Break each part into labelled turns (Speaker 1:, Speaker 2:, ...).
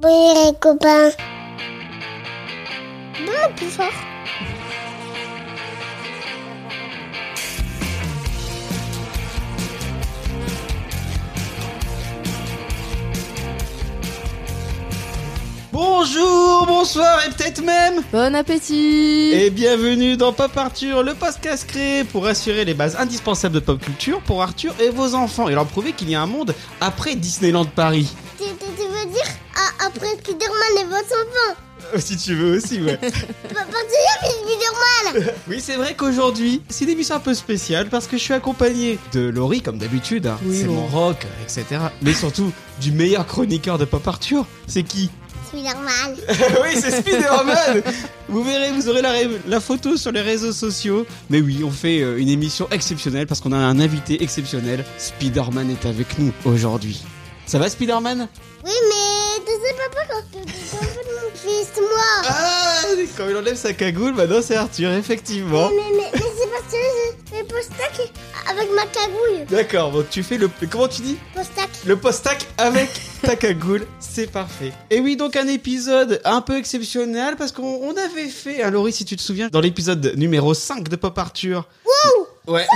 Speaker 1: Oui, les copains. Donne-moi plus fort.
Speaker 2: Bonjour, bonsoir et peut-être même
Speaker 3: Bon appétit
Speaker 2: Et bienvenue dans Pop Arthur, le podcast créé pour assurer les bases indispensables de pop culture pour Arthur et vos enfants et leur prouver qu'il y a un monde après Disneyland Paris.
Speaker 1: Tu, tu, tu veux dire ah, après Spider-Man et votre enfant
Speaker 2: Euh, Si tu veux aussi, ouais.
Speaker 1: Parce que Spider-Man
Speaker 2: oui, c'est vrai qu'aujourd'hui, c'est une émission un peu spéciale parce que je suis accompagné de Laurie, comme d'habitude, hein,
Speaker 3: Oui,
Speaker 2: c'est
Speaker 3: bon.
Speaker 2: mon rock, etc. Mais surtout, du meilleur chroniqueur de Pop Arthur, c'est qui
Speaker 1: Spider-Man.
Speaker 2: oui, c'est Spider-Man Vous verrez, vous aurez la, ré- la photo sur les réseaux sociaux. Mais oui, on fait euh, une émission exceptionnelle parce qu'on a un invité exceptionnel. Spider-Man est avec nous aujourd'hui. Ça va Spider-Man
Speaker 1: Oui, mais tu sais pas pourquoi tu dis un peu de mon fils, moi.
Speaker 2: Ah Quand il enlève sa cagoule, maintenant c'est Arthur, effectivement.
Speaker 1: Mais, mais, mais c'est parce que je fais postac avec ma cagouille.
Speaker 2: D'accord, donc tu fais le... Comment tu dis
Speaker 1: Postac.
Speaker 2: Le post-tac avec ta cagoule, c'est parfait. Et oui, donc un épisode un peu exceptionnel parce qu'on on avait fait, hein, Laurie, si tu te souviens, dans l'épisode numéro 5 de Pop Arthur. Wow Ouais,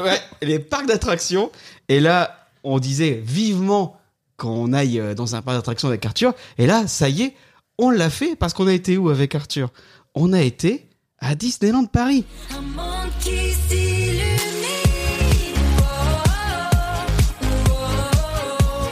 Speaker 2: ouais, les parcs d'attractions. Et là, on disait vivement qu'on aille euh, dans un parc d'attractions avec Arthur. Et là, ça y est, on l'a fait parce qu'on a été où avec Arthur On a été à Disneyland Paris.
Speaker 4: Un monde qui s'illumine. Oh, oh, oh, oh,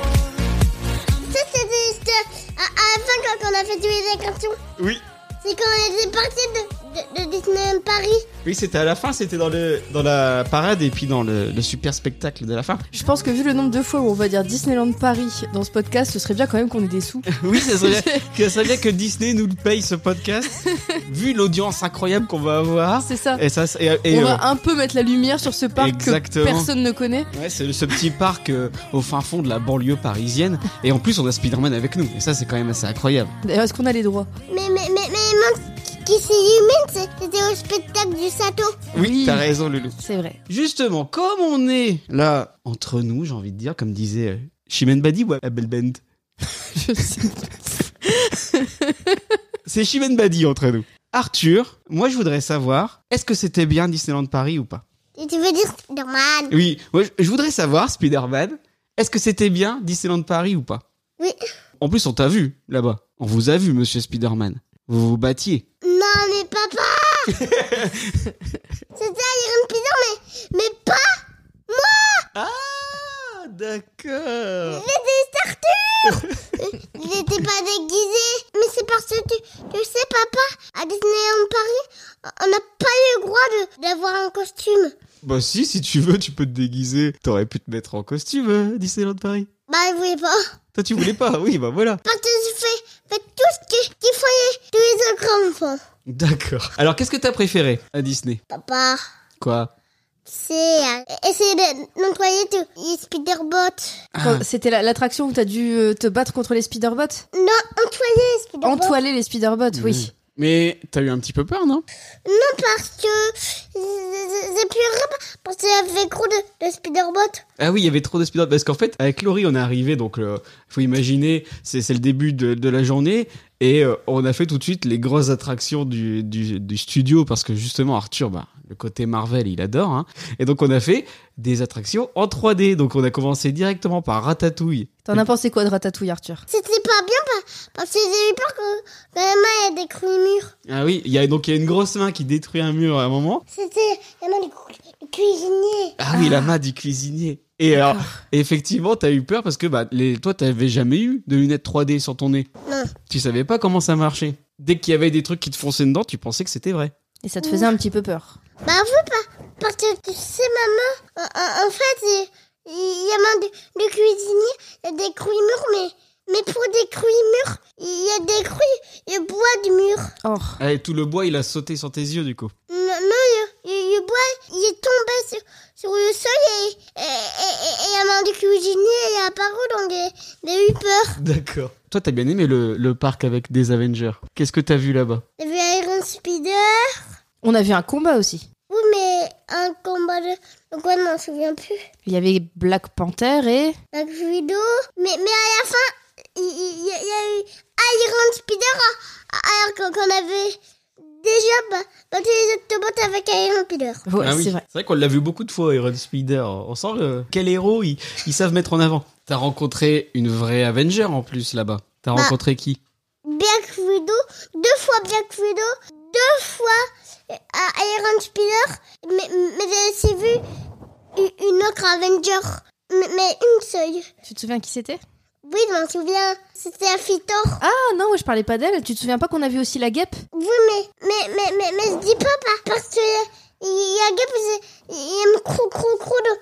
Speaker 1: Ça, c'était juste euh, à, à la fin quand on a fait tous les attractions.
Speaker 2: Oui,
Speaker 1: C'est quand on était parti de, de, de Disneyland Paris.
Speaker 2: oui, c'était à la fin, c'était dans, le, dans la parade et puis dans le- le super spectacle de la fin.
Speaker 3: Je pense que vu le nombre de fois où on va dire Disneyland Paris dans ce podcast, ce serait bien quand même qu'on ait des sous.
Speaker 2: Oui, ça serait, ça serait bien que Disney nous le paye ce podcast, vu l'audience incroyable qu'on va avoir.
Speaker 3: C'est ça.
Speaker 2: Et ça, et, et,
Speaker 3: on
Speaker 2: euh,
Speaker 3: va un peu mettre la lumière sur ce parc
Speaker 2: Exactement.
Speaker 3: que personne ne connaît.
Speaker 2: euh, ouais, c'est ce petit parc euh, au fin fond de la banlieue parisienne. Et en plus, on a Spider-Man avec nous. Et ça, c'est quand même assez incroyable.
Speaker 3: D'ailleurs, est-ce qu'on a les droits
Speaker 1: Mais, mais, mais, mais, le monde qui- qui s'illumine, c'est- c'était au spectacle du château.
Speaker 3: Oui.
Speaker 2: t'as raison, Loulou.
Speaker 3: C'est vrai.
Speaker 2: Justement, comme on est là, entre nous, j'ai envie de dire, comme disait euh, Chimène Badi ou Abel Bent.
Speaker 3: Je sais.
Speaker 2: C'est Chimène Badi entre nous. Arthur, moi, je voudrais savoir, est-ce que c'était bien Disneyland Paris ou pas
Speaker 1: Et tu veux dire Spider-Man
Speaker 2: Oui, moi, je- je voudrais savoir, Spider-Man, est-ce que c'était bien Disneyland Paris ou pas
Speaker 1: Oui.
Speaker 2: En plus, on t'a vu là-bas. On vous a vu, monsieur Spider-Man. Vous vous battiez.
Speaker 1: Non, mais papa C'était Iron Spider, mais, mais pas
Speaker 2: Ah, d'accord.
Speaker 1: Il n'était pas déguisé Mais c'est parce que, tu, tu sais, papa, à Disneyland Paris, on n'a pas eu le droit de- d'avoir un costume.
Speaker 2: Bah si, si tu veux, tu peux te déguiser. T'aurais pu te mettre en costume, euh, Disneyland Paris.
Speaker 1: Bah, il voulait pas.
Speaker 2: Toi, tu voulais pas Oui, bah voilà.
Speaker 1: Parce que je fais, fais tout ce que- qu'il fallait tous les autres enfants.
Speaker 2: D'accord. Alors, qu'est-ce que t'as préféré à Disney
Speaker 1: Papa,
Speaker 2: Quoi
Speaker 1: c'est euh, essayer de nettoyer tous les Spider-Bots.
Speaker 3: Quand- C'était la- l'attraction où t'as dû euh, te battre contre les Spider-Bots
Speaker 1: Non, nettoyer les Spider-Bots.
Speaker 3: Entoiler les Spider-Bots, oui.
Speaker 2: Mais t'as eu un petit peu peur, non
Speaker 1: Non, parce que j'ai plus rien, parce qu'il y avait trop de, de Spider-Bots.
Speaker 2: Ah oui, il y avait trop de speed parce qu'en fait, avec Laurie, on est arrivé, donc il faut imaginer, c'est c'est le début de, de la journée, et euh, on a fait tout de suite les grosses attractions du, du- du studio, parce que justement, Arthur, bah, le côté Marvel, il adore, hein. et donc on a fait des attractions en 3D, donc on a commencé directement par Ratatouille.
Speaker 3: T'en as pensé quoi de Ratatouille, Arthur
Speaker 1: C'était pas bien pa- parce que j'ai eu peur que quand la main il y a des coups de mur.
Speaker 2: Ah oui, il y a, donc il y a une grosse main qui détruit un mur à un moment.
Speaker 1: C'était la main du cu- du cuisinier.
Speaker 2: Ah oui, la main du cuisinier. Et alors, effectivement, t'as eu peur parce que bah, les, toi, t'avais jamais eu de lunettes 3D sur ton nez.
Speaker 1: Non.
Speaker 2: Tu savais pas comment ça marchait. Dès qu'il y avait des trucs qui te fonçaient dedans, tu pensais que c'était vrai.
Speaker 3: Et ça te faisait un petit peu peur.
Speaker 1: Bah vous pas parce que tu sais maman, en- en, en fait il il y a main du, du cuisinier, il y a des coups de mur mais mais pour des coups de mur, il y a des couilles, il bois du mur.
Speaker 3: Oh.
Speaker 2: Et Eh, tout le bois, il a sauté sur tes yeux, du coup.
Speaker 1: Non, non il, il- il bois, il est tombé sur, sur le sol et, et, et, et- et la main du cuisinier elle est apparue donc j'ai j'ai eu peur.
Speaker 2: D'accord. Toi, t'as bien aimé le, le parc avec des Avengers. Qu'est-ce que t'as vu là-bas
Speaker 1: J'ai vu Iron Spider.
Speaker 3: On a vu un combat aussi.
Speaker 1: Oui, mais un combat de. de quoi, je m'en souviens plus.
Speaker 3: Il y avait Black Panther et...
Speaker 1: Black Widow. Mais, mais à la fin, il il- il y, a- il y a eu qu'on qu'on avait déjà ba- battu les Autobots avec un Empiler.
Speaker 3: Ouais,
Speaker 2: Ah oui.
Speaker 3: c'est vrai.
Speaker 2: qu'on l'a vu beaucoup de fois, Iron Spider. On sent le... quel héros ils, ils savent mettre en avant. T'as rencontré une vraie Avenger en plus là-bas. T'as
Speaker 1: Bah.
Speaker 2: rencontré qui
Speaker 1: Black Widow, deux fois Black Widow, deux fois euh, à Iron Spider, mais, mais j'ai aussi vu u- une autre Avenger, mais, mais une seule.
Speaker 3: Tu te souviens qui c'était
Speaker 1: Oui, je m'en souviens, c'était un Fitor.
Speaker 3: Ah non, je parlais pas d'elle. Tu te souviens pas qu'on a vu aussi la guêpe
Speaker 1: Oui, mais, mais, mais, mais, mais je dis pas par- parce que il y a un gars, parce que il aime crou, crou, crou, donc-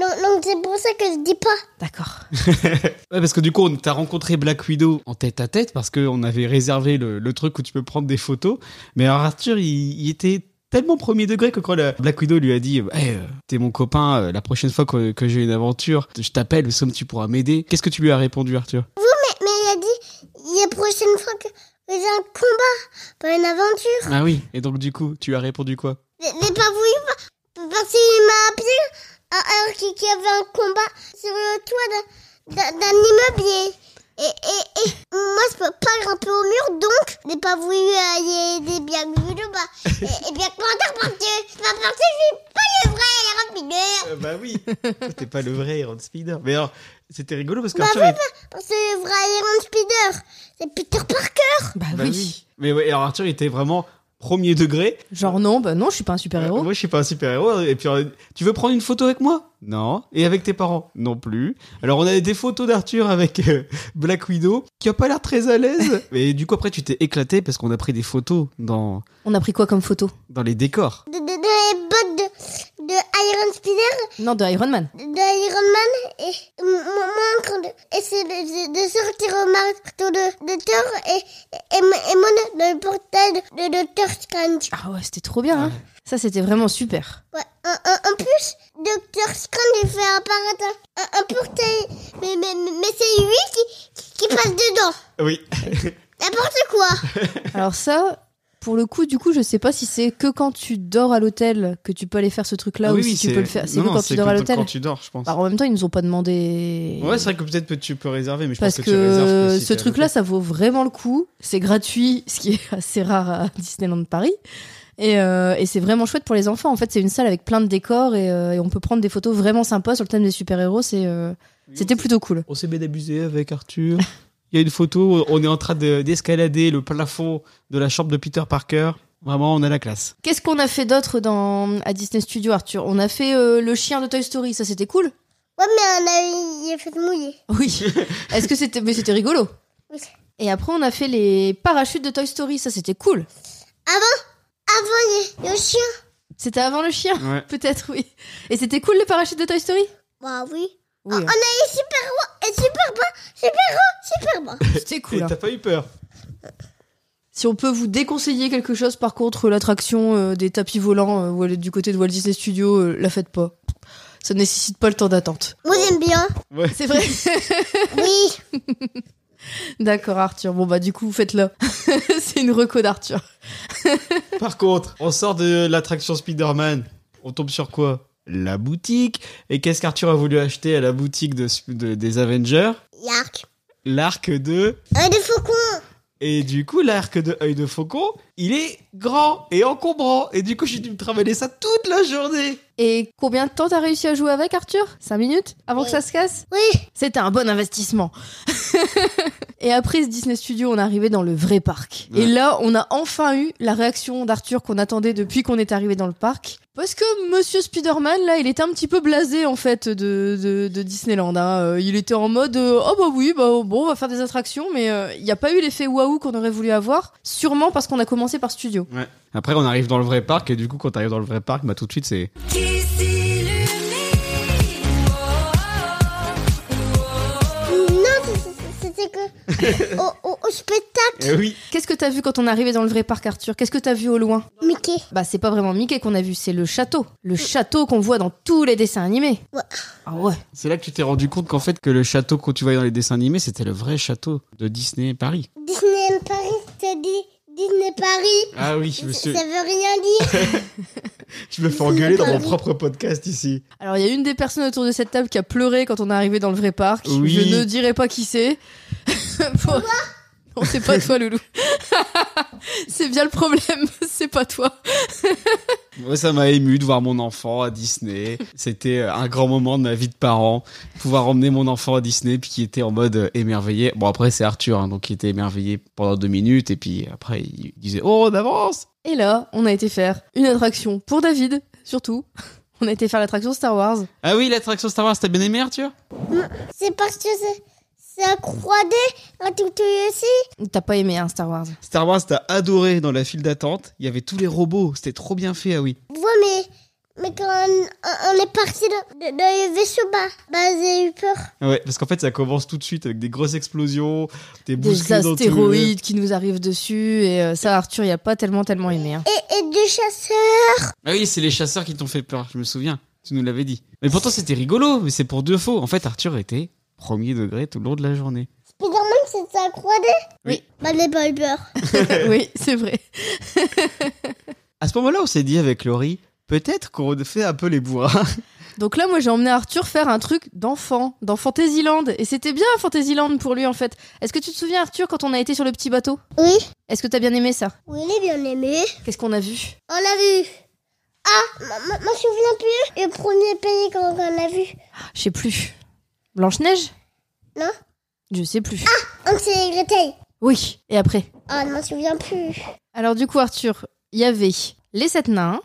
Speaker 1: donc donc c'est pour ça que je dis pas.
Speaker 3: D'accord.
Speaker 2: Ouais, parce que du coup, on t'a rencontré Black Widow en tête à tête parce qu'on avait réservé le, le truc où tu peux prendre des photos. Mais alors, Arthur, il, il était tellement premier degré que quand la Black Widow lui a dit Hey, euh, T'es mon copain, euh, la prochaine fois que, que j'ai une aventure, je t'appelle, somme tu pourras m'aider. Qu'est-ce que tu lui as répondu, Arthur
Speaker 1: Mais, mais il a dit, la prochaine fois que que j'ai un combat, pas une aventure.
Speaker 2: Ah oui. Et donc, du coup, tu lui as répondu quoi
Speaker 1: J'ai j'ai pas voulu pas- parce qu'il m'a appelé a- alors qu'il qu'il y avait un combat sur le toit d'un- d'un d'un immeuble et, et, et, et moi je peux pas grimper au mur donc j'ai pas euh, voulu aller aider bien le bas et, et bien Panther parce que parce que je suis pas le vrai rapideur
Speaker 2: Bah oui. T'es pas le vrai Iron Spider. Mais alors, c'était rigolo parce
Speaker 1: Bah
Speaker 2: qu'Arthur.
Speaker 1: oui,
Speaker 2: il-
Speaker 1: parce que le vrai Iron Spider c'est Peter Parker
Speaker 3: Bah,
Speaker 2: Bah
Speaker 3: oui.
Speaker 2: oui. Mais ouais, alors Arthur, il était vraiment premier degré.
Speaker 3: Genre non, bah non, je suis pas un super
Speaker 2: Euh,
Speaker 3: héros.
Speaker 2: Moi, je suis pas un super héros. Et puis, euh, tu veux prendre une photo avec moi Non. Et avec tes parents Non plus. Alors, on a des photos d'Arthur avec euh, Black Widow, qui a pas l'air très à l'aise. Et du coup, après, tu t'es éclaté parce qu'on a pris des photos dans,
Speaker 3: On a pris quoi comme photo
Speaker 2: dans les décors.
Speaker 1: de, de, de les bottes de, de Iron Spider
Speaker 3: Non, de Iron Man.
Speaker 1: de Iron Man et mon mon oncle de- essaie de, de- de sortir au marteau de, de Thor et, et, et mon- et mon dans le portail de, de Doctor Strange.
Speaker 3: Ah ouais, c'était trop bien. hein. Ça, c'était vraiment super.
Speaker 1: Ouais, en, en- en plus, Doctor Strange il fait apparaître un, un- un portail, mais, mais, mais mais c'est lui qui, qui- qui passe dedans.
Speaker 2: Oui.
Speaker 1: N'importe quoi.
Speaker 3: Alors ça, pour le coup, du coup, je sais pas si c'est que quand tu dors à l'hôtel que tu peux aller faire ce truc-là ou si tu peux le faire. Ah C'est que quand tu dors à l'hôtel.
Speaker 2: quand tu dors, je pense.
Speaker 3: Bah, en même temps, ils nous ont pas demandé.
Speaker 2: Ouais, c'est vrai que peut-être tu peux réserver, mais je
Speaker 3: Parce
Speaker 2: pense
Speaker 3: que,
Speaker 2: que, tu réserves. que si
Speaker 3: ce
Speaker 2: t'es à
Speaker 3: truc-là,
Speaker 2: l'hôtel.
Speaker 3: ça vaut vraiment le coup. C'est gratuit, ce qui est assez rare à Disneyland Paris. Et, euh, et c'est vraiment chouette pour les enfants. En fait, c'est une salle avec plein de décors et, euh, et on peut prendre des photos vraiment sympas sur le thème des super-héros. C'est, euh, C'était plutôt cool.
Speaker 2: On s'est bien abusé avec Arthur. Il y a une photo, on est en train de- d'escalader le plafond de la chambre de Peter Parker. Vraiment, on a la classe.
Speaker 3: Qu'est-ce qu'on a fait d'autre dans à Disney Studio, Arthur On a fait euh, le chien de Toy Story, ça c'était cool.
Speaker 1: Ouais, mais on a eu- il a fait mouiller.
Speaker 3: Oui. Est-ce que c'était mais c'était rigolo.
Speaker 1: Oui.
Speaker 3: Et après on a fait les parachutes de Toy Story, ça c'était cool.
Speaker 1: Avant, il y a le chien.
Speaker 3: C'était avant le chien,
Speaker 2: Ouais.
Speaker 3: peut-être oui. Et c'était cool les parachutes de Toy Story.
Speaker 1: Bah oui.
Speaker 3: Oui,
Speaker 1: On a eu super roi et super bas, super haut, super bas.
Speaker 3: c'était cool. hein.
Speaker 2: pas eu peur
Speaker 3: Si on peut vous déconseiller quelque chose, par contre, l'attraction euh, des tapis volants euh, Walt- du côté de Walt Disney Studio, euh, la faites pas. Ça ne nécessite pas le temps d'attente.
Speaker 1: Moi, j'aime bien.
Speaker 3: C'est vrai.
Speaker 1: Oui.
Speaker 3: D'accord, Arthur. Bon bah du coup, faites-le. C'est une reco d'Arthur.
Speaker 2: Par contre, on sort de l'attraction Spider-Man. On tombe sur quoi La boutique. Et qu'est-ce qu'Arthur a voulu acheter à la boutique de, de- des Avengers
Speaker 1: Yark.
Speaker 2: L'arc de...
Speaker 1: Un des faucons.
Speaker 2: Et du coup, l'arc de œil de faucon, il est grand et encombrant. Et du coup, j'ai dû me travailler ça toute la journée.
Speaker 3: Et combien de temps t'as réussi à jouer avec Arthur 5 minutes Avant que ça se casse
Speaker 1: Oui.
Speaker 3: C'était un bon investissement. et après ce Disney Studio, on est arrivé dans le vrai parc.
Speaker 2: Ouais.
Speaker 3: Et là, on a enfin eu la réaction d'Arthur qu'on attendait depuis qu'on est arrivé dans le parc. Parce que Monsieur Spider-Man, là, il était un petit peu blasé, en fait, de, de, de Disneyland. hein. Euh, Il était en mode, euh, oh bah oui, bah bon, on va faire des attractions, mais euh, il n'y a pas eu l'effet waouh qu'on aurait voulu avoir, sûrement parce qu'on a commencé par studio.
Speaker 2: Après, on arrive dans le vrai parc. Et du coup, quand t'arrives dans le vrai parc, bah tout de suite, c'est...
Speaker 4: qui s'illumine. Oh, oh, oh, oh, oh.
Speaker 1: Non, c- c- c'était que au, au- au spectacle,
Speaker 2: Eh oui
Speaker 3: Qu'est-ce que t'as vu quand on est arrivé dans le vrai parc, Arthur Qu'est-ce que t'as vu au loin
Speaker 1: Mickey.
Speaker 3: Bah, c'est pas vraiment Mickey qu'on a vu, c'est le château. Le château qu'on voit dans tous les dessins animés.
Speaker 1: Ouais.
Speaker 3: Ah ouais.
Speaker 2: C'est là que tu t'es rendu compte qu'en fait, que le château que tu voyais dans les dessins animés, c'était le vrai château de Disney Paris.
Speaker 1: Disney Paris, c'est dit Disney Paris.
Speaker 2: Ah oui, je me,
Speaker 1: Ça veut rien dire.
Speaker 2: je me fais engueuler dans mon propre podcast ici.
Speaker 3: Alors, il y a une des personnes autour de cette table qui a pleuré quand on est arrivé dans le vrai parc.
Speaker 2: Oui.
Speaker 3: Je ne dirai pas qui c'est. Pour- Non, c'est pas toi, Loulou. C'est bien le problème, c'est pas toi.
Speaker 2: Moi, ça m'a ému de voir mon enfant à Disney. C'était euh, un grand moment de ma vie de parent. Pouvoir emmener mon enfant à Disney, puis qui était en mode euh, émerveillé. Bon, après, c'est Arthur, hein, donc il était émerveillé pendant deux minutes, et puis après, il disait Oh, on avance
Speaker 3: Et là, on a été faire une attraction pour David, surtout. On a été faire l'attraction Star Wars.
Speaker 2: Ah oui, l'attraction Star Wars, t'as bien aimé, Arthur
Speaker 1: C'est parce que c'est- ça 3D, un tout petit aussi.
Speaker 3: T'as pas aimé hein, Star Wars
Speaker 2: Star Wars, t'as adoré dans la file d'attente. Il y avait tous les robots. C'était trop bien fait, ah oui.
Speaker 1: Ouais, mais, mais quand on, on est parti dans, dans le vaisseau, bah, bah, j'ai eu peur.
Speaker 2: Ouais, parce qu'en fait, ça commence tout de suite avec des grosses explosions, des
Speaker 3: Des
Speaker 2: bousculades.
Speaker 3: astéroïdes qui nous arrivent dessus et euh, ça Arthur il a pas tellement tellement aimé. hein.
Speaker 1: Et, et deux chasseurs.
Speaker 2: Ah oui, c'est les chasseurs qui t'ont fait peur, je me souviens. Tu nous l'avais dit. Mais pourtant, c'était rigolo, mais c'est pour deux faux. En fait, Arthur était premier degré tout le long de la journée.
Speaker 1: Spider-Man, c'est ça 3D
Speaker 2: Oui.
Speaker 1: Bah, j'ai pas eu peur.
Speaker 3: oui, c'est vrai.
Speaker 2: À ce moment-là, on s'est dit avec Laurie, peut-être qu'on fait un peu les bourrins.
Speaker 3: Donc là moi j'ai emmené Arthur faire un truc d'enfant, dans Fantasyland et c'était bien Fantasyland pour lui en fait. Est-ce que tu te souviens Arthur quand on a été sur le petit bateau
Speaker 1: Oui.
Speaker 3: Est-ce que t'as bien aimé ça
Speaker 1: Oui, il est bien aimé.
Speaker 3: Qu'est-ce qu'on a vu
Speaker 1: On l'a vu. Ah, moi, moi, moi, je me souviens plus. Le premier pays qu'on qu'on a vu.
Speaker 3: Je sais plus. Blanche-Neige
Speaker 1: Non.
Speaker 3: Je sais plus.
Speaker 1: On s'est Gretel.
Speaker 3: Oui, et après
Speaker 1: Ah, je m'en souviens plus.
Speaker 3: Alors du coup Arthur, il y avait les sept nains,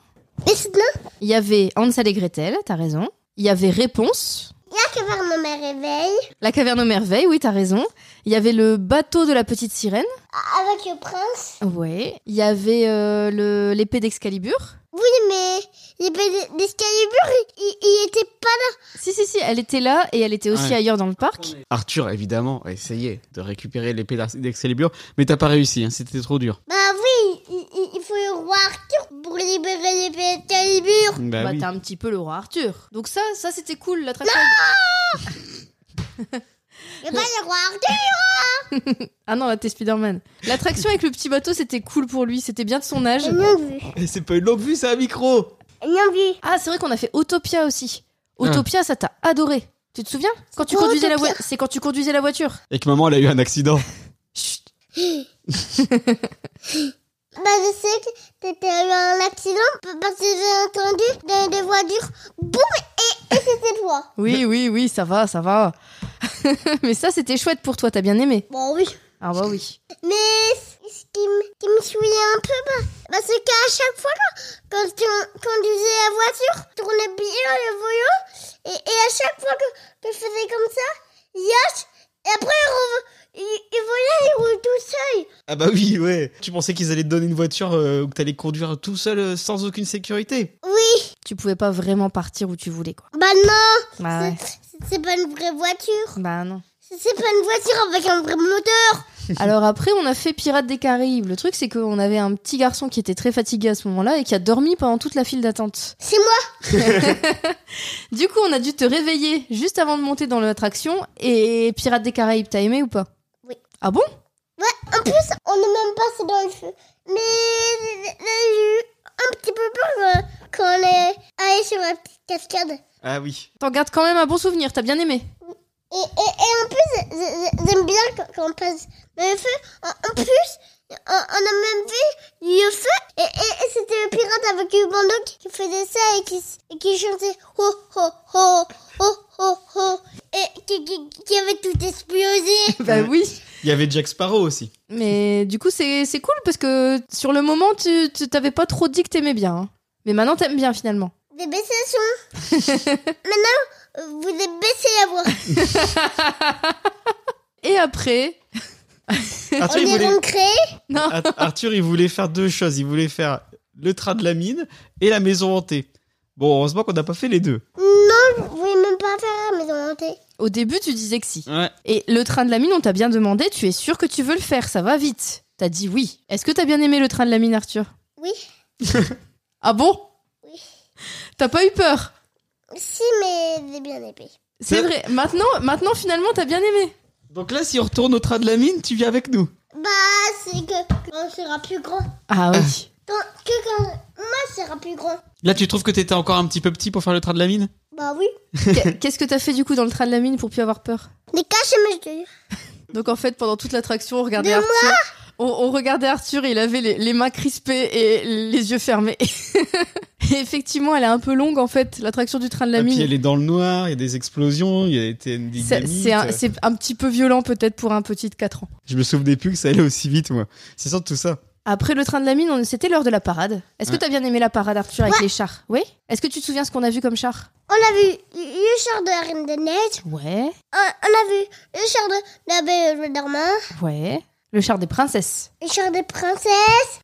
Speaker 1: Mais c'est non
Speaker 3: il y avait Hansel et Gretel, t'as raison. Il y avait Réponse,
Speaker 1: Là que vers mon mère réveille.
Speaker 3: La caverne aux merveilles, oui, t'as raison. Il y avait le bateau de la petite sirène.
Speaker 1: a- Avec le prince.
Speaker 3: Ouais. Il y avait euh, le- l'épée d'Excalibur.
Speaker 1: Oui, mais il des d'Escalibur, il, il était pas
Speaker 3: Si, si, si, elle était là et elle était aussi
Speaker 2: Ouais.
Speaker 3: ailleurs dans le parc.
Speaker 2: Arthur, évidemment, a essayé de récupérer l'épée d'Ar- d'Excalibur, mais t'as pas réussi, hein, c'était trop dur.
Speaker 1: Bah oui, il, il- il faut le roi Arthur pour libérer les Excalibur.
Speaker 2: Bah,
Speaker 3: bah,
Speaker 2: oui.
Speaker 3: t'as un petit peu le roi Arthur. Donc ça, ça c'était cool, l'attraction.
Speaker 1: Et pas le roi Arthur.
Speaker 3: Ah non, là, t'es Spider-Man. L'attraction avec le petit bateau, c'était cool pour lui, c'était bien de son âge.
Speaker 1: Ils l'ont vu.
Speaker 2: Et c'est pas une longue vue, c'est un micro
Speaker 1: Ils l'ont vu.
Speaker 3: Ah, c'est vrai qu'on a fait Autopia aussi.
Speaker 2: Ah.
Speaker 3: Autopia, ça t'a adoré. Tu te souviens Quand tu
Speaker 1: quoi,
Speaker 3: conduisais la
Speaker 1: Autopia
Speaker 3: voiture, c'est quand tu conduisais la voiture.
Speaker 2: Et que maman, elle a eu un accident.
Speaker 3: Chut.
Speaker 1: Bah je sais que t'étais eu un accident p- parce que j'ai entendu des, des voitures. Boum et, et c'était toi.
Speaker 3: Oui, oui, oui, ça va, ça va. Mais ça, c'était chouette pour toi, t'as bien aimé.
Speaker 1: Bon oui.
Speaker 3: Ah bah oui.
Speaker 1: Mais ce qui me, qui me souillait un peu, bah, bah, c'est qu'à chaque fois quand, quand tu conduisais la voiture, je tournais bien le volant et, et à chaque fois que, que je faisais comme ça, yash, et après il, rev- il, il volait, il roule tout seul.
Speaker 2: Ah bah oui, ouais. Tu pensais qu'ils allaient te donner une voiture euh, ou que t'allais conduire tout seul euh, sans aucune sécurité
Speaker 1: Oui,
Speaker 3: tu pouvais pas vraiment partir où tu voulais quoi.
Speaker 1: bah non,
Speaker 3: Bah ouais.
Speaker 1: c'est- c'est- c'est pas une vraie voiture.
Speaker 3: Bah non.
Speaker 1: C'est- C'est pas une voiture avec un vrai moteur.
Speaker 3: Alors après on a fait Pirates des Caraïbes. Le truc c'est qu'on avait un petit garçon qui était très fatigué à ce moment-là et qui a dormi pendant toute la file d'attente.
Speaker 1: C'est moi.
Speaker 3: Du coup on a dû te réveiller juste avant de monter dans l'attraction et Pirates des Caraïbes t'as aimé ou pas
Speaker 1: Oui.
Speaker 3: Ah bon
Speaker 1: En plus, on n'est même passé dans le feu. Mais j'ai eu un petit peu peur euh, quand on est allé sur la petite cascade.
Speaker 2: Ah oui.
Speaker 3: T'en gardes quand même un bon souvenir, t'as bien aimé.
Speaker 1: Et, et, et en plus, j'ai- j'ai- j'aime bien quand- quand on passe dans le feu. En, en plus, on, on a même vu le feu. Et, et, et c'était le pirate avec le bandeau qui, qui faisait ça et qui, s- et qui chantait ho ho ho ho ho ho. Et qui, qui, qui avait tout explosé.
Speaker 3: Bah oui.
Speaker 2: Il y avait Jack Sparrow aussi.
Speaker 3: Mais du coup c'est c'est cool parce que sur le moment tu tu- t'avais pas trop dit que t'aimais bien. hein. Mais maintenant t'aimes bien finalement.
Speaker 1: Des baissations. Maintenant, euh, vous avez baissé la voix.
Speaker 3: Et après
Speaker 1: On
Speaker 2: Arthur il,
Speaker 1: est
Speaker 2: voulait...
Speaker 1: rentré.
Speaker 3: non.
Speaker 2: Ar- Arthur, il voulait faire deux choses. Il voulait faire le train de la mine et la maison hantée. Bon, heureusement qu'on n'a pas fait les deux.
Speaker 1: Non, je voulais même pas faire la maison hantée.
Speaker 3: Au début tu disais que si.
Speaker 2: Ouais.
Speaker 3: Et le train de la mine, on t'a bien demandé, tu es sûr que tu veux le faire, ça va vite. T'as dit oui. Est-ce que t'as bien aimé le train de la mine, Arthur
Speaker 1: Oui.
Speaker 3: Ah bon
Speaker 1: Oui.
Speaker 3: T'as pas eu peur
Speaker 1: Si, mais j'ai bien épais.
Speaker 3: C'est
Speaker 2: Ça-
Speaker 3: vrai. Maintenant, maintenant finalement, t'as bien aimé.
Speaker 2: Donc là, si on retourne au train de la mine, tu viens avec nous.
Speaker 1: Bah, c'est que quand on sera plus grand.
Speaker 3: Ah oui.
Speaker 1: Quand, que quand moi sera plus grand.
Speaker 2: Là, tu trouves que t'étais encore un petit peu petit pour faire le train de la mine
Speaker 1: Bah oui.
Speaker 3: Qu'- Qu'est-ce que t'as fait du coup dans le train de la mine pour plus avoir peur
Speaker 1: Les caches et mes yeux.
Speaker 3: Donc en fait, pendant toute l'attraction, on regardait
Speaker 1: De
Speaker 3: Arthur. on, on regardait Arthur, et il avait les, les mains crispées et les yeux fermés. et effectivement, elle est un peu longue en fait, l'attraction du train de la
Speaker 2: Et Ah, puis
Speaker 3: mine.
Speaker 2: elle est dans le noir, il y a des explosions, il y a des TND.
Speaker 3: C'est c'est un, c'est un petit peu violent peut-être pour un petit de 4 ans.
Speaker 2: Je me souvenais plus que ça allait aussi vite, moi. C'est surtout tout ça.
Speaker 3: Après le train de la mine, on- c'était l'heure de la parade. Est-ce que
Speaker 2: Ouais.
Speaker 3: t'as bien aimé la parade, Arthur, avec
Speaker 1: Ouais.
Speaker 3: les chars Oui Est-ce que tu te souviens ce qu'on a vu comme char
Speaker 1: On a vu le char de la Reine des Neiges.
Speaker 3: Ouais,
Speaker 1: On, on a vu le char de la Belle et le Dormin.
Speaker 3: ouais. Le char des princesses.
Speaker 1: Le char des princesses.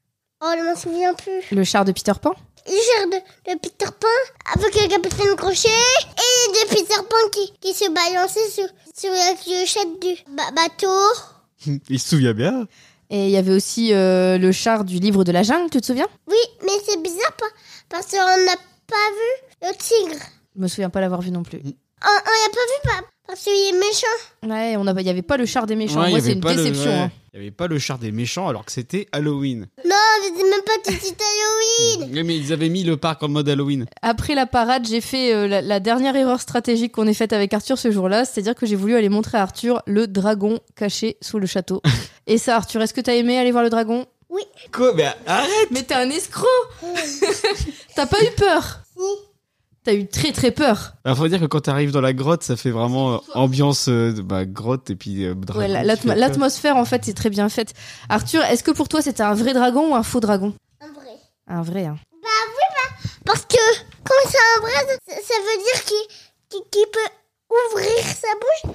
Speaker 1: Oh, je m'en souviens plus.
Speaker 3: Le char de Peter Pan.
Speaker 1: Le char de, de Peter Pan avec le capitaine Crochet. Et de Peter Pan qui, qui se balançait sur, sur la clochette du ba- bateau.
Speaker 2: il se souvient bien.
Speaker 3: Et il y avait aussi euh, le char du livre de la jungle, tu te souviens
Speaker 1: Oui, mais c'est bizarre pa- parce qu'on n'a pas vu le tigre.
Speaker 3: Je me souviens pas l'avoir vu non plus.
Speaker 1: On on l'a pas vu pa- parce qu'il est méchant.
Speaker 3: Ouais, on a- il y avait pas le char des méchants.
Speaker 2: Ouais, il y
Speaker 3: Moi, c'est
Speaker 2: avait
Speaker 3: une
Speaker 2: pas le-
Speaker 3: déception.
Speaker 2: ouais.
Speaker 3: hein.
Speaker 2: Il n'y avait pas le char des méchants alors que c'était Halloween.
Speaker 1: Non, je sais même pas que c'était Halloween.
Speaker 2: Oui, mais ils avaient mis le parc en mode Halloween.
Speaker 3: Après la parade, j'ai fait euh, la, la dernière erreur stratégique qu'on ait faite avec Arthur ce jour-là, c'est-à-dire que j'ai voulu aller montrer à Arthur le dragon caché sous le château. Et ça, Arthur, est-ce que t'as aimé aller voir le dragon
Speaker 2: Quoi Mais hein arrête
Speaker 3: Mais t'es un escroc T'as pas eu peur
Speaker 1: Si.
Speaker 3: T'as eu très très peur.
Speaker 2: Il Bah, faut dire que quand t'arrives dans la grotte, ça fait vraiment euh, ambiance euh, de- bah, grotte et puis euh, dragon
Speaker 3: Ouais, la-
Speaker 2: qui fait
Speaker 3: l'atmo-
Speaker 2: peur.
Speaker 3: L'atmosphère en fait est très bien faite. Arthur, est-ce que pour toi c'était un vrai dragon ou un faux dragon
Speaker 1: Un vrai.
Speaker 3: Un vrai. Hein.
Speaker 1: Parce que quand c'est un vrai, ça, ça veut dire qu'il qu'il- qu'il peut ouvrir sa bouche.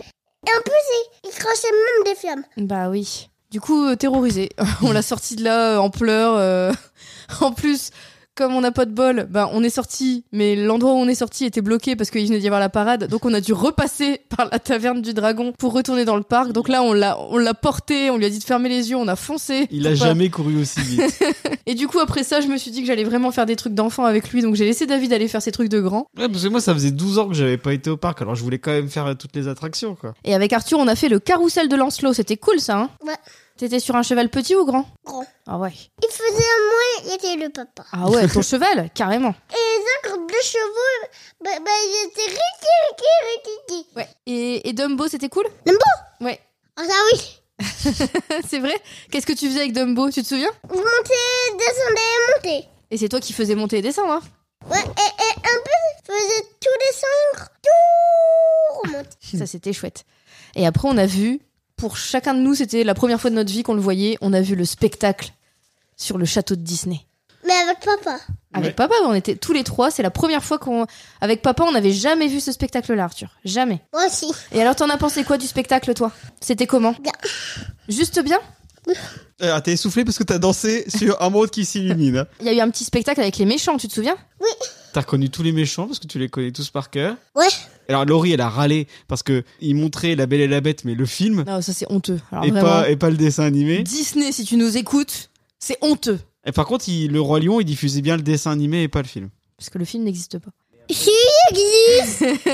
Speaker 1: Et en plus, il, il crachait même des flammes.
Speaker 3: Bah oui. Du coup, euh, terrorisé. on l'a sorti de là euh, en pleurs. euh. en plus, comme on n'a pas de bol, bah, on est sorti, mais l'endroit où on est sorti était bloqué parce qu'il venait d'y avoir la parade. Donc on a dû repasser par la taverne du dragon pour retourner dans le parc. Donc là, on l'a on l'a porté, on lui a dit de fermer les yeux, on a foncé.
Speaker 2: Il a
Speaker 3: Pour pas-
Speaker 2: jamais couru aussi vite.
Speaker 3: Et du coup, après ça, je me suis dit que j'allais vraiment faire des trucs d'enfant avec lui. Donc j'ai laissé David aller faire ses trucs de grand.
Speaker 2: ouais, parce que moi, ça faisait 12 ans que j'avais pas été au parc, alors je voulais quand même faire euh, toutes les attractions, quoi.
Speaker 3: Et avec Arthur, on a fait le carrousel de Lancelot. C'était cool ça, hein
Speaker 1: Ouais.
Speaker 3: T'étais sur un cheval petit ou grand
Speaker 1: Grand.
Speaker 3: Ah ouais.
Speaker 1: Il faisait un moine, il était le papa.
Speaker 3: Ah ouais, ton cheval, carrément.
Speaker 1: Et les autres deux chevaux, bah, bah, ils étaient Ricky, Ricky, Ricky, Ricky.
Speaker 3: Ouais. Et, et Dumbo, c'était cool Dumbo Ouais.
Speaker 1: Ah ça oui.
Speaker 3: c'est vrai Qu'est-ce que tu faisais avec Dumbo Tu te souviens
Speaker 1: Vous montez, descendez, montez.
Speaker 3: Et c'est toi qui faisais monter et descendre, hein
Speaker 1: Ouais, et, et un peu, faisait tout descendre, tout remonter.
Speaker 3: Ça, c'était chouette. Et après, on a vu, pour chacun de nous, c'était la première fois de notre vie qu'on le voyait, on a vu le spectacle sur le château de Disney.
Speaker 1: Mais avec papa.
Speaker 3: Avec
Speaker 2: Ouais.
Speaker 3: papa, on était tous les trois. C'est la première fois qu'on. Avec papa, on n'avait jamais vu ce spectacle-là, Arthur. Jamais.
Speaker 1: Moi aussi.
Speaker 3: Et alors, t'en as pensé quoi du spectacle, toi C'était comment
Speaker 1: Bien.
Speaker 3: Juste bien
Speaker 2: Alors, Euh, ah, t'es essoufflé parce que t'as dansé sur un monde qui s'illumine. hein.
Speaker 3: Il y a eu un petit spectacle avec les méchants, tu te souviens
Speaker 2: T'as reconnu tous les méchants parce que tu les connais tous par cœur.
Speaker 1: Ouais.
Speaker 2: Alors, Laurie, elle a râlé parce que il montrait La Belle et la Bête, mais le film,
Speaker 3: Non, ça, c'est honteux. Alors,
Speaker 2: et,
Speaker 3: Ah, vraiment,
Speaker 2: pas, et pas le dessin animé.
Speaker 3: Disney, si tu nous écoutes, c'est honteux.
Speaker 2: Et par contre, il- le Roi Lion, il diffusait bien le dessin animé et pas le film.
Speaker 3: Parce que le film n'existe pas.
Speaker 1: Si, il existe.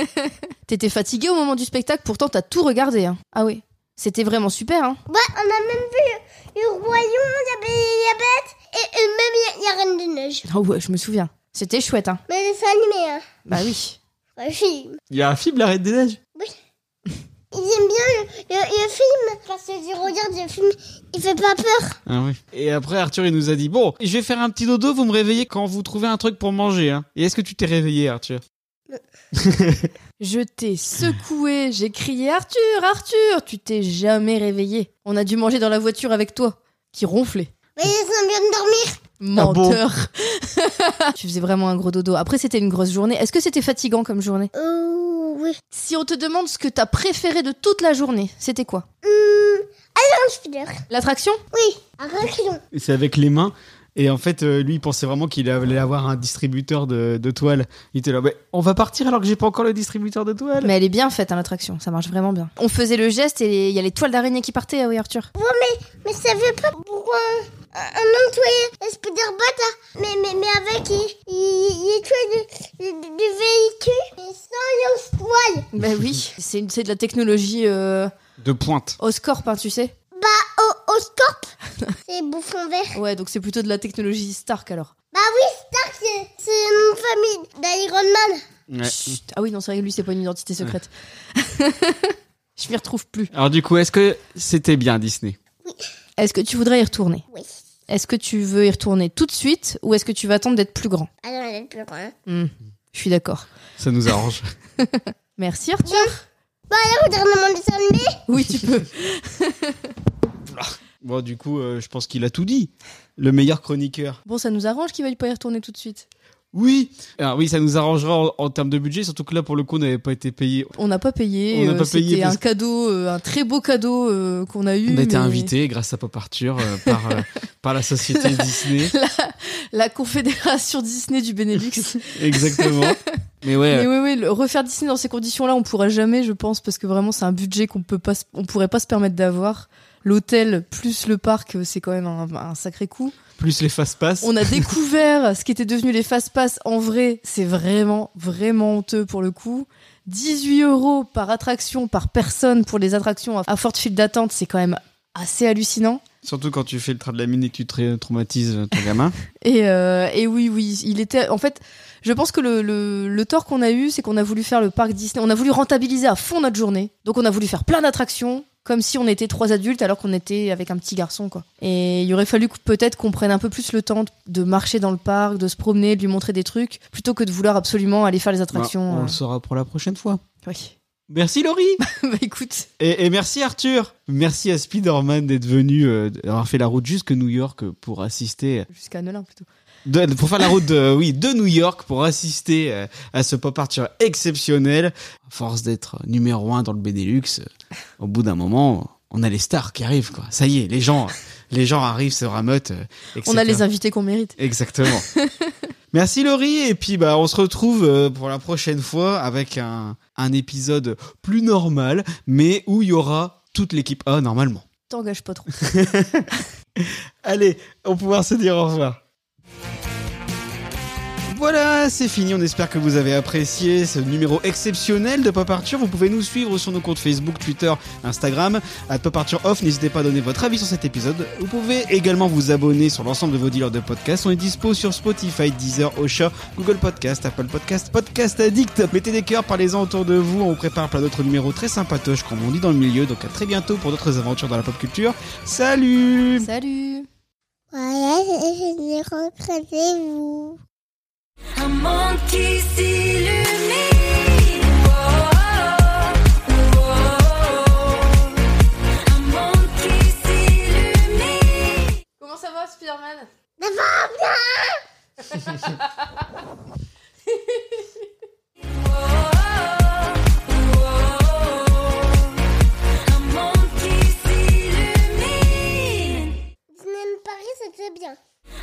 Speaker 3: T'étais fatigué au moment du spectacle, pourtant t'as tout regardé. Hein. Ah oui. C'était vraiment super, hein
Speaker 1: Ouais, on a même vu le, le royaume, la belle et la bête, et, et même la- la reine des neiges.
Speaker 3: Ah ouais, je me souviens. C'était chouette, hein
Speaker 1: Mais c'est animé, hein.
Speaker 3: Bah oui.
Speaker 1: Le film.
Speaker 2: Il y a un film, La Reine des Neiges.
Speaker 1: Ils aiment bien le, le- le film, parce que si on regarde le film, il fait pas peur.
Speaker 2: Ah oui. Et après, Arthur, il nous a dit Bon, je vais faire un petit dodo, vous me réveillez quand vous trouvez un truc pour manger. Hein. Et est-ce que tu t'es réveillé, Arthur
Speaker 3: Je t'ai secoué, j'ai crié Arthur, Arthur Tu t'es jamais réveillé. On a dû manger dans la voiture avec toi, qui ronflait.
Speaker 1: Mais ils sont bien de dormir.
Speaker 3: Menteur Tu faisais vraiment un gros dodo. Après, c'était une grosse journée. Est-ce que c'était fatigant comme journée
Speaker 1: Oh, oui.
Speaker 3: Si on te demande ce que t'as préféré de toute la journée, c'était quoi
Speaker 1: Hum, allons, Spider.
Speaker 3: L'attraction
Speaker 1: Oui, un raclon.
Speaker 2: Et C'est avec les mains. Et en fait, euh, lui, il pensait vraiment qu'il allait avoir un distributeur de, de toiles. Il était là Mais On va partir alors que j'ai pas encore le distributeur de toiles.
Speaker 3: Mais elle est bien faite, hein, l'attraction. Ça marche vraiment bien. On faisait le geste et il y a les toiles d'araignée qui partaient, ah oui, Arthur.
Speaker 1: Mais ça veut pas pourquoi un- un employé un Spider-Bot, a- mais, mais, mais avec, il, il, il tue du, du, du véhicule, mais sans l'histoire.
Speaker 3: Bah oui. C'est une- c'est de la technologie euh,
Speaker 2: De pointe.
Speaker 3: Oscorp, hein, tu sais.
Speaker 1: Bah, au, au scorp, c'est bouffon vert.
Speaker 3: Ouais, donc c'est plutôt de la technologie Stark alors.
Speaker 1: Bah oui, Stark, c'est c'est une famille d'Iron Man.
Speaker 3: Chut. Ah oui, non, c'est vrai que lui, c'est pas une identité secrète. Je m'y retrouve plus.
Speaker 2: Alors, du coup, est-ce que c'était bien Disney
Speaker 3: Est-ce que tu voudrais y retourner
Speaker 1: Oui.
Speaker 3: Est-ce que tu veux y retourner tout de suite ou est-ce que tu vas attendre d'être plus grand
Speaker 1: Allons, Ah elle est plus loin.
Speaker 3: Hmm, Je suis d'accord.
Speaker 2: Ça nous arrange.
Speaker 3: Merci Arthur.
Speaker 1: Ah, Gouvernement de Sunday
Speaker 3: Oui, tu peux.
Speaker 2: bon, du coup, euh, je pense qu'il a tout dit. Le meilleur chroniqueur.
Speaker 3: Bon, ça nous arrange qu'il veuille pas y retourner tout de suite.
Speaker 2: Oui. Alors, oui, ça nous arrangera en, en termes de budget, surtout que là, pour le coup, on n'avait pas été payé.
Speaker 3: On n'a pas payé.
Speaker 2: On n'a
Speaker 3: euh,
Speaker 2: pas payé
Speaker 3: C'était
Speaker 2: parce
Speaker 3: un cadeau, euh, un très beau cadeau euh, qu'on a eu.
Speaker 2: On a été
Speaker 3: mais
Speaker 2: invité grâce à Pop Arthur euh, par, euh, par la société Disney.
Speaker 3: La Confédération Disney du Benelux.
Speaker 2: Exactement. Mais ouais. euh,
Speaker 3: Mais oui, oui, le- refaire Disney dans ces conditions-là, on pourra jamais, je pense, parce que vraiment, c'est un budget qu'on peut pas, se- on pourrait pas se permettre d'avoir. L'hôtel plus le parc, euh, c'est quand même un, un sacré coup.
Speaker 2: plus les fast-pass.
Speaker 3: On a découvert ce qui était devenu les fast-pass en vrai. C'est vraiment, vraiment honteux pour le coup. 18 euros par attraction, par personne pour les attractions à- à forte file d'attente, c'est quand même assez hallucinant.
Speaker 2: Surtout quand tu fais le train de la mine et que tu tra- traumatises ton gamin.
Speaker 3: Et, euh, et oui, oui, il était. En fait, je pense que le, le, le tort qu'on a eu, c'est qu'on a voulu faire le parc Disney. On a voulu rentabiliser à fond notre journée. Donc, on a voulu faire plein d'attractions, comme si on était trois adultes, alors qu'on était avec un petit garçon, quoi. Et il aurait fallu que- peut-être qu'on prenne un peu plus le temps de- de marcher dans le parc, de se promener, de lui montrer des trucs, plutôt que de vouloir absolument aller faire les attractions.
Speaker 2: Bah, on le
Speaker 3: euh.
Speaker 2: saura pour la prochaine fois.
Speaker 3: Oui.
Speaker 2: Merci Laurie
Speaker 3: bah, écoute.
Speaker 2: et, et merci Arthur Merci à Spider-Man d'être venu, euh, d'avoir fait la route jusque New York euh, pour assister,
Speaker 3: Jusqu'à Nolin, plutôt.
Speaker 2: de- pour faire la route de, oui, de New York pour assister euh, à ce pop Arthur exceptionnel. À force d'être numéro un dans le Benelux, euh, au bout d'un moment, on a les stars qui arrivent. Quoi. Ça y est, les gens, les gens arrivent, se rameutent. euh,
Speaker 3: On
Speaker 2: etc..
Speaker 3: a les invités qu'on mérite.
Speaker 2: Exactement. Merci Laurie et puis bah on se retrouve euh, pour la prochaine fois avec un, un épisode plus normal mais où il y aura toute l'équipe A normalement.
Speaker 3: T'engages pas trop.
Speaker 2: Allez, on va pouvoir se dire au revoir. Voilà, c'est fini. On espère que vous avez apprécié ce numéro exceptionnel de Pop Arthur. Vous pouvez nous suivre sur nos comptes Facebook, Twitter, Instagram. À Pop Arthur Off, n'hésitez pas à donner votre avis sur cet épisode. Vous pouvez également vous abonner sur l'ensemble de vos dealers de podcasts. On est dispo sur Spotify, Deezer, Osha, Google Podcast, Apple Podcast, Podcast Addict. Mettez des cœurs, parlez-en autour de vous. On prépare plein d'autres numéros très sympatoches, comme on dit dans le milieu. Donc à très bientôt pour d'autres aventures dans la pop culture. Salut
Speaker 3: Salut!
Speaker 1: Voilà, je rencontré vous.
Speaker 4: Un monde qui s'illumine. Oh, oh, oh. Un monde qui s'illumine.
Speaker 3: Comment ça va, Spider-Man?
Speaker 4: Oh, oh, oh. Un monde qui s'illumine.
Speaker 1: Disney Paris, c'était bien.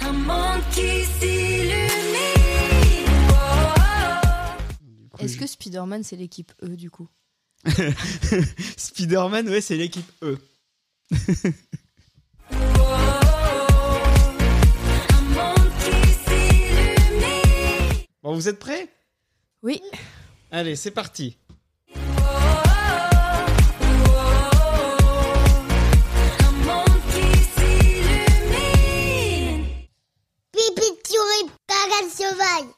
Speaker 4: Un monde qui s'illumine. Oh, oh, oh.
Speaker 3: Est-ce que Spider-Man, c'est l'équipe E du coup?
Speaker 2: Spider-Man, ouais, c'est l'équipe E.
Speaker 4: Un monde qui s'illumine.
Speaker 2: Bon, vous êtes prêts
Speaker 3: Oui.
Speaker 2: Allez, c'est parti.